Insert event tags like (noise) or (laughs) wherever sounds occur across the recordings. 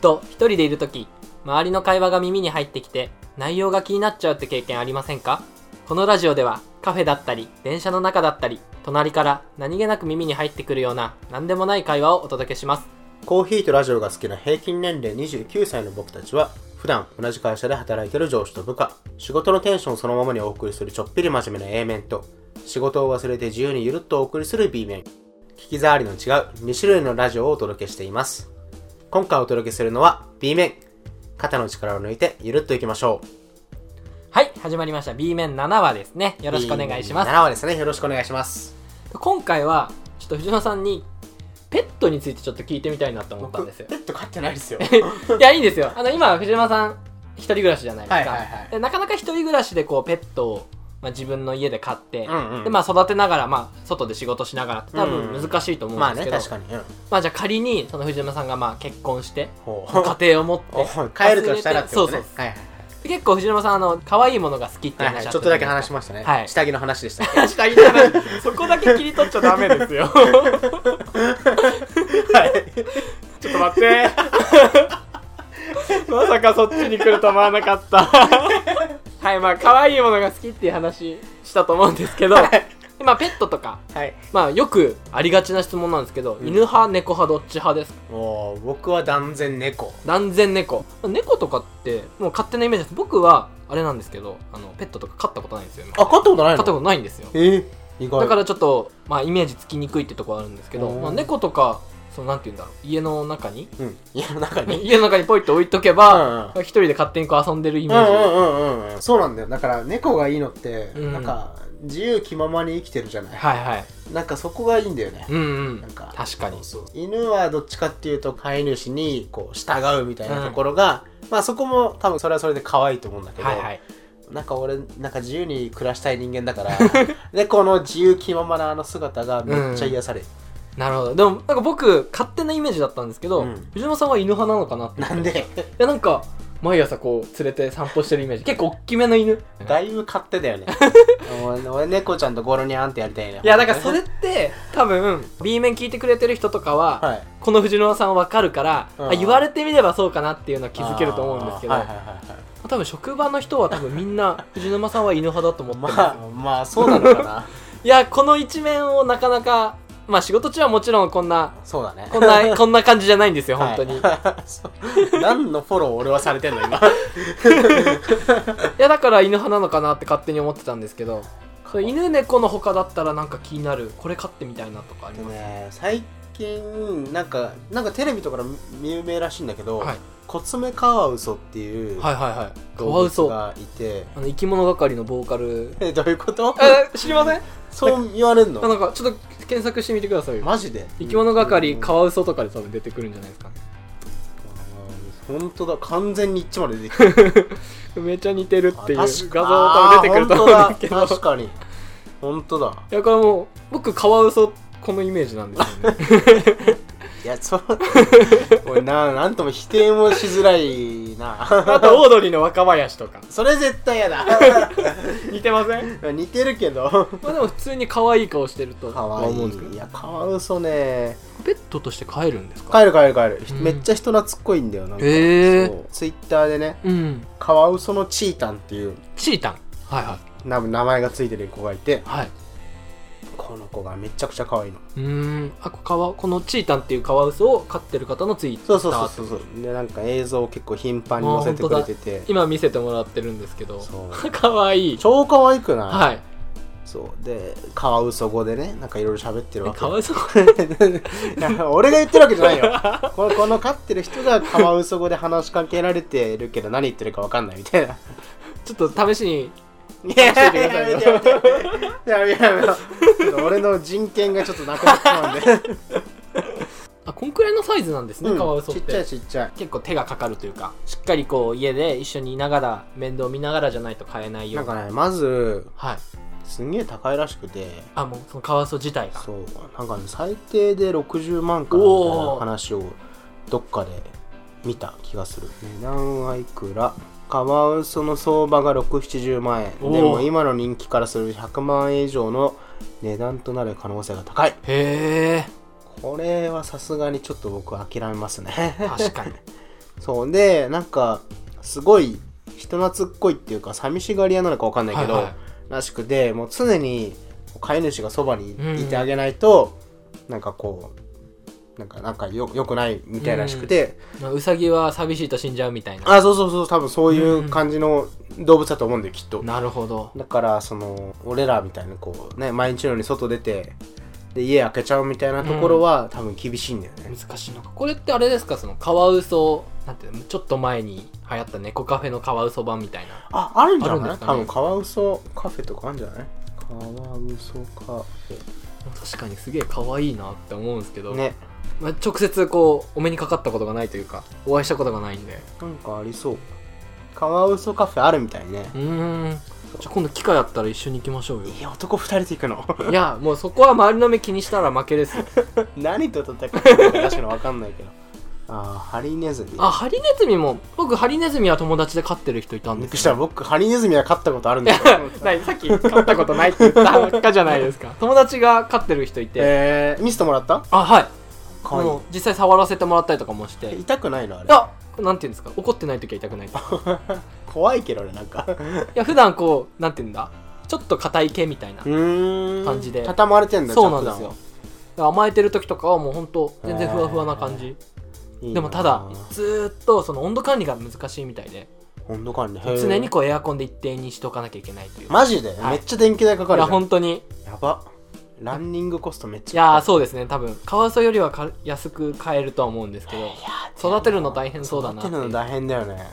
と一人でいる時周りの会話が耳に入ってきて内容が気になっちゃうって経験ありませんかこのラジオではカフェだったり電車の中だったり隣から何気なく耳に入ってくるような何でもない会話をお届けしますコーヒーとラジオが好きな平均年齢29歳の僕たちは普段同じ会社で働いてる上司と部下仕事のテンションそのままにお送りするちょっぴり真面目な A 面と仕事を忘れて自由にゆるっとお送りする B 面聞き障りの違う2種類のラジオをお届けしています今回お届けするのは B 面肩の力を抜いてゆるっといきましょうはい始まりました B 面7話ですねよろしくお願いします7話ですねよろしくお願いします今回はちょっと藤野さんにペットについてちょっと聞いてみたいなと思ったんですよペット飼ってな (laughs) いですよいやいいんですよあの今藤野さん一人暮らしじゃないですか、はいはいはいでなかなか一人暮らしでこうペットを、まあ、自分の家で飼って、うんうんでまあ、育てながら、まあ、外で仕事しながらって多分難しいと思うんまあですねけど、確かにうんまあじゃあ仮にその藤山さんがまあ結婚 (laughs) してほう家庭を持っおて帰るとしたらってことねそうそうはいはいで結構藤山さんあの可愛いものが好きっていうはいは話い、あちょっとだけ話しましたね、はい下着の話 (laughs) でしたましたけど下着の話そこだけ切り取っちゃダメですよはいちょっと待ってまさかそっちに来ると思わなかったはいまあ可愛いものが好きっていう話したと思うんですけど、まあペットとかはいまあよくありがちな質問なんですけど、犬派猫派どっち派ですかもう僕は断然猫断然猫猫とかってもう勝手なイメージです僕はあれなんですけどあのペットとか飼ったことないんですよ今あ飼ったことない飼のったことないんですよえー、意外だからちょっと、まあ、イメージつきにくいってとこはあるんですけど、おーまあ、猫とかそのなんて言うんだろう家の中にうん家の中に家の中にポイって置いとけうんば一人で勝手にこう遊んでるイうメんうージんうんうんそうなんだよだから猫がいいのって、うんなんか自由気ままに生きてるじゃない、はいはいなんかそこがいいんだよね、うんうんなんか確かにそう犬はどっちかっていうと飼い主にこう従うみたいなところが、まあそこも多分それはそれで可愛いと思うんだけど、はいはいなんか俺なんか自由に暮らしたい人間だから (laughs) 猫の自由気ままなあの姿がめっちゃ癒される、なるほどでもなんか僕勝手なイメージだったんですけど、うん藤間さんは犬派なのかなってなんでいやなんか毎朝こう連れて散歩してるイメージ結構大きめの犬 (laughs) だいぶ勝手だよ (laughs) ね俺俺猫ちゃんとゴロニャンってやりたいねいやだからそれって多分 B 面聞いてくれてる人とかは、はいこの藤野さん分かるから、うんあ言われてみればそうかなっていうのは気づけると思うんですけど、あーはいはいはいはい多分職場の人は多分みんな藤沼さんは犬派だと思ってます、まあまあそうなのか (laughs) ないやこの一面をなかなかまあ仕事中はもちろんこんなそうだねこん (laughs) なこんな感じじゃないんですよ本当に、はいそう何のフォローを俺はされてんの (laughs) 今い、やだから犬派なのかなって勝手に思ってたんですけ (laughs) どそう犬猫の他だったらなんか気になるこれ飼ってみたいなとかありでます、ね最近なんかなんかテレビとかの有名らしいんだけど、はいコツメカワウソっていうはいはいはいカワ動ウ物ソあがいて、の生き物係のボーカルえどういうことえ知りませんそう言われるあなのんかちょっと検索してみてくださいよマジで生き物係カわワウソとかで多分出てくるんじゃないですかね本当だ完全に一致まで出てきためちゃ似てるっていう画像確か多分出てくると思うんですけあー本当だ確どかに本当だいやこれもう僕カワウソこのイメージなんですよねいやそうおいななんとも否定もしづらいな (laughs) (laughs) あとオードリーの若林とかそれ絶対やだ (laughs) 似てません似てるけどまあでも普通に可愛い顔してるとかはわい思うんですけいいどやカワウソねペットとして飼えるんですか帰る帰る帰る、うんめっちゃ人懐っこいんだよなんか、へーそうツイッターでねうんカワウソのチータンっていうチータンはいはな名前がついてる子がいていはいこの子がめちゃくちゃ可愛いのうーんあこかわこのチータンっていうカワウソを飼ってる方のツイッターそうそうそうそうでなんか映像を結構頻繁に載せてくれてて今見せてもらってるんですけどそ (laughs) う可愛い超可愛くない、はいそうでカワウソ語でねなんかいろいろ喋ってるわけカワウソ (laughs) いや俺が言ってるわけじゃないよこのこの飼ってる人がカワウソ語で話しかけられてるけど何言ってるか分かんないみたいなちょっと試しにいやややめてやめてやめてやめてちょっと俺の人権がちょっとなくなってまう (laughs) んで、あこんくらいのサイズなんですね、うんカワウソっちてっちゃいちっちゃい結構手がかかるというかしっかりこう家で一緒にいながら面倒見ながらじゃないと買えないよなうんなかねまずはいすんげえ高いらしくてあもうそのカワウソ自体がそうなんかね最低で60万からみたいな話をどっかで見た気がする値段はいくらカワウソの相場が670万円おーでも今の人気からする100万円以上の値段となる可能性が高いへえ (laughs) これはさすがにちょっと僕諦めますね (laughs) 確かにそうでなんかすごい人懐っこいっていうか寂しがり屋なのか分かんないけど、はいはいらしくてもう常に飼い主がそばにうんいてあげないと、なんかこうなんかなんかよよくないみたいらしくて、まあウサギは寂しいと死んじゃうみたいなあそうそうそう多分そういう感じの動物だと思うんだよきっと、なるほどだからその俺らみたいなこうね毎日のように外出てで家開けちゃうみたいなところは、多分厳しいんだよね難しいのかこれってあれですかそのカワウソなんていうのちょっと前に流行った猫カフェのカワウソ版みたいなああるんじゃあるんなでい、すかね多分カワウソカフェとかあるんじゃないカワウソカフ確かにすげえ可愛いなって思うんですけど、ェねまあ、直接こうお目にかかったことがないというかお会いしたことがないんでなんかありそうカワウソカフェあるみたいねうーんじゃあ今度機会あったら一緒に行きましょうよいや男二人で行くのいやもうそこは周りの目気にしたら負けですよ何と戦ってるか確かに分かんないけどあーハリネズミあハリネズミも僕ハリネズミは友達で飼ってる人いたんびっでくりしすたよ僕ハリネズミは飼ったことあるんですよ (laughs) ないさっき飼ったことないって言った (laughs) ばっかじゃないですか友達が飼ってる人いて、えー、見せてもらったあはいかわいもう実際触らせてもらったりとかもしてえい痛くないのあれやなんていうんですか怒ってない時は痛くないですい怖いけどねなんかや普段こうなんていうんだちょっと硬い毛みたいなうん感じで畳まれてんだそうなんですよだから甘えてる時とかはもうほんと全然ふわふわな感じでもただずーっとその温度管理が難しいみたいで温度管理常にこうエアコンで一定にしとかなきゃいけないという、マジで、はいめっちゃ電気代かかいるやじゃん本当にやばランニングコストめっいちゃやーそうですね多分カワウソよりはか安く買えるとは思うんですけど育てるの大変そうだなって育てるの大変だよね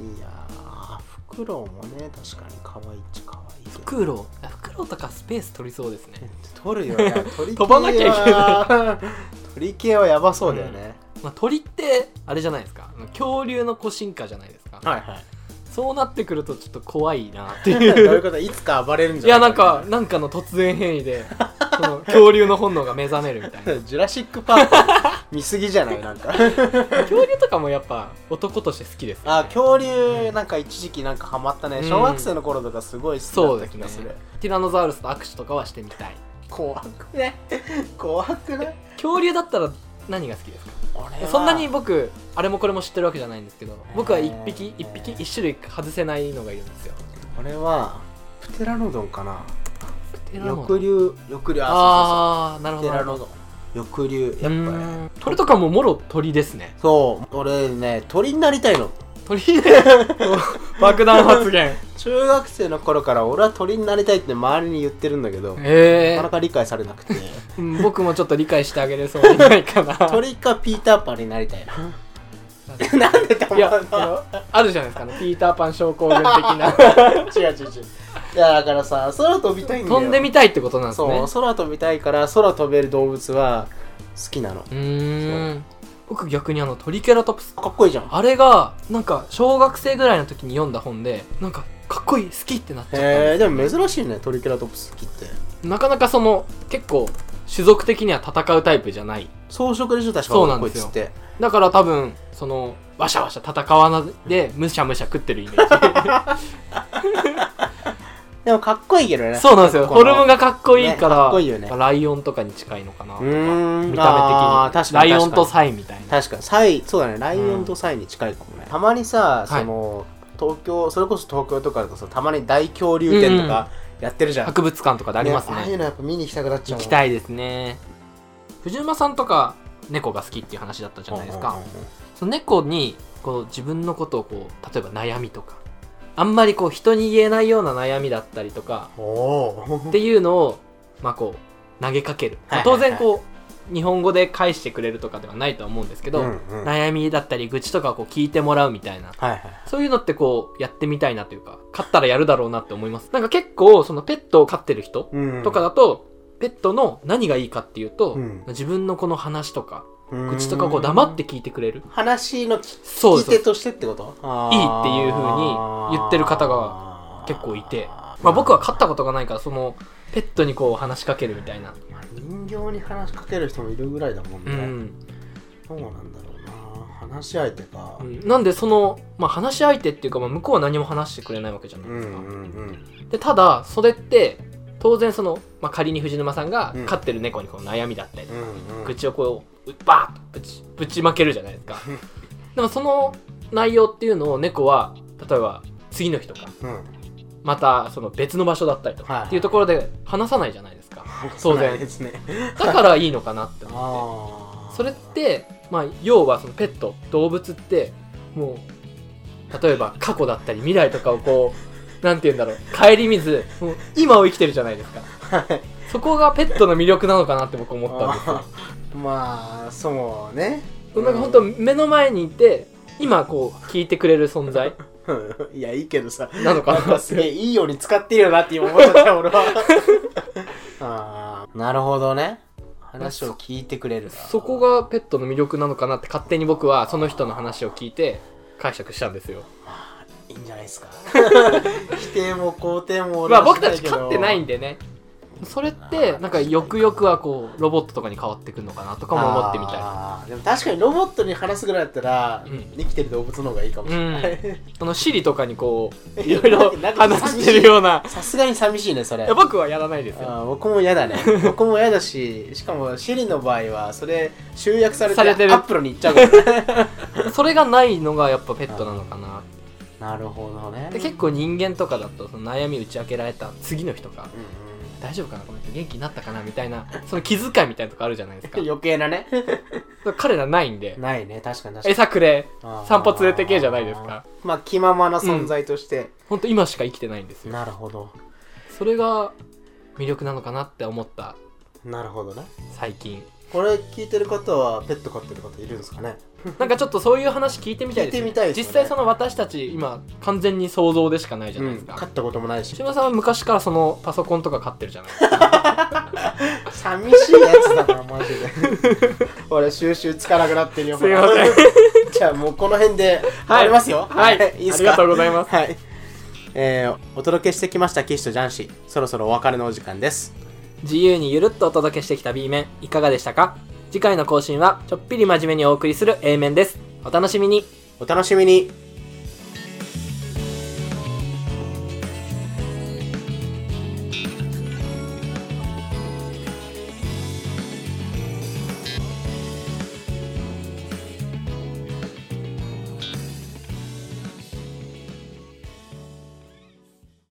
うんいやーフクロウもね確かに可愛いっちゃ可愛いけどフクロウフクロウとかスペース取りそうですね、取 (laughs) るよね鳥系飛はばなきゃいけない鳥系はやばそうだよね、まあ、鳥ってあれじゃないですかあの恐竜の個進化じゃないですかはいはいそうなってくるとちょっと怖いなっていう (laughs) どう (laughs) いうこといつか暴れるんいじゃやなないんかなんかの突然変異で (laughs) その恐竜の本能が目覚めるみたいなジュラシック・パーク見すぎじゃないなんか (laughs) 恐竜とかもやっぱ男として好きですよ、ね、あ恐竜なんか一時期なんかハマったね、うん小学生の頃とかすごいそ好うきだでったす気ねがするティラノザウルスと握手とかはしてみたい怖くない怖くない恐竜だったら何が好きですか俺はそんなに僕あれもこれも知ってるわけじゃないんですけど僕はへー1匹1匹1種類外せないのがいるんですよ俺はプテラノドンかなティラノ翼竜翼竜あああーなるそうそうそほどうプなるほテラノドどン翼竜やっぱうねーんこれとかももろ鳥ですねそう俺ね鳥になりたいの鳥 (laughs) 爆弾発言 (laughs) 中学生の頃から俺は鳥になりたいって周りに言ってるんだけどなえかなか理解されなくてー、僕もちょっと理解してあげれそうにないかな鳥かピーターパンにな (laughs) りたいななんでって思いやうのあのあるじゃないですかねピーターパン症候群的 (laughs) な違う違う違ういやだからさ空飛びたいんだよ飛んでみたいってことなんですそうね空飛びたいから空飛べる動物は好きなのうーん僕逆にあのトリケラトプスかっこいいじゃんあれがなんか小学生ぐらいの時に読んだ本でなんかかっこいい好きってなっちゃったんへでえでも珍しいねトリケラトプス好きってすなかなかその結構種族的には戦うタイプじゃない草食でしょ確かそうなんですよこいつってだから多分そのわしゃわしゃ戦わないでむしゃむしゃ食ってるイメーでもかっこいいけどね (laughs) ジそうなんですよこフのォルムがかっこいいから、ねかっこいいよねライオンとかに近いのかなうーん見たあー目確的にかラにイオンと確サイみたいなかに確かにサイそうだねライオンとサイに近いかもね、たまにさいその、東京それこそ東京とかだとさたまに大恐竜展とかやってるじゃん、博物館とかでありますああねいうのやっぱ見に行きたくなっちゃ行うきいたいですね藤馬さんとか猫が好きっていう話だったじゃないですか、その猫にこう自分のことをこう例えば悩みとかあんまりこう人に言えないような悩みだったりとかおおっていうのを、まあ、こう投げかける、まあはいはい当はい然こう日本語で返してくれるとかではないとは思うんですけど、うんうんはい悩みだったり愚痴とかをこう聞いてもらうみたいなはいそういうのってこうやってみたいなというか飼ったらやるだろうなって思いますなんか結構そのペットを飼ってる人うんとかだと、ペットの何がいいかっていうと、うん自分のこの話とか、うん口とかこう黙って聞いてくれる。話の聞そうき手です。としてってこといいっていう風に言ってる方が結構いてまあ僕は飼ったことがないから、その、ペットにこう話しかけるみたいな。人形に話しかける人もいるぐらいだもんうね、ん。そうなんだろうな話し相手かうんなんでその、まあ話し相手っていうか、まあ向こうは何も話してくれないわけじゃなういでんうすか。んうんで、ただ、それって、当然その、まあ仮に藤沼さんがうん飼ってる猫にこう悩みだったりとうか、んうん口をこう、うバーッとぶち、ぶちまけるじゃないですか。でもその内容っていうのを猫は例えば次の日とかうんまたその別の場所だったりとはいかはいっていうところで話さないじゃないですか当そう然ですねだからいいのかなって思ってああそれって、まあ、要はそのペット動物ってもう例えば過去だったり未来とかをこうなんて言うんだろう顧みずもう今を生きてるじゃないですかはいそこがペットの魅力なのかなって僕思ったんですよまあそうね (laughs) そのなんか本当目の前にいて今こう聞いてくれる存在うんいやいいけどさなのか (laughs) なんなかっすげてえいいように使っているよなって今思っちゃったよ (laughs) 俺はああなるほどね話を聞いてくれるそこがペットの魅力なのかなって勝手に僕はその人の話を聞いて解釈したんですよいいんじゃないですか (laughs) 否定も肯定も俺まあは僕したなちいけど飼ってないんでねそれってなんかよくよくはこうロボットとかに変わってくるのかなとかも思ってみたいあーでも確かにロボットに話すぐらいだったら、うん生きてる動物の方がいいかもしれない、その Siri とかにこ (laughs) ういろいろなんか話してるような (laughs) さすがに寂しいねそれいや僕はやらないですよあー僕も嫌 (laughs) だね僕も嫌だししかもシリの場合はそれ集約されてされてるアップルに行っちゃうからねそれがないのがやっぱペットなのかな (laughs) なるほどねで結構人間とかだとその悩み打ち明けられた次の日とかうんうん大丈夫かなこの人元気になったかなみたいなその気遣いみたいなとこあるじゃないですか余計なね彼らないんでないね確かに確かに餌くれあー散歩連れてけじゃないですかまあ気ままな存在として、ほんと今しか生きてないんですよなるほどそれが魅力なのかなって思ったなるほどね最近これ聞いてる方はペット飼ってる方いるんですかねなんかちょっとそういう話聞いてみたいです、ね、聞いてみたいですね実際その私たち今完全に想像でしかないじゃないですか、飼ったこともないし島さんは昔からそのパソコンとか買ってるじゃないですか寂しいやつだ (laughs) なマジで俺収集つかなくなってるよすいません (laughs) じゃあもうこの辺で終わりますよ (laughs) はい、いいですありがとうかございますはいえー、お届けしてきました岸とジャンシーそろそろお別れのお時間です自由にゆるっとお届けしてきた B 面いかがでしたか次回の更新はちょっぴり真面目にお送りする A 面ですお楽しみにお楽しみに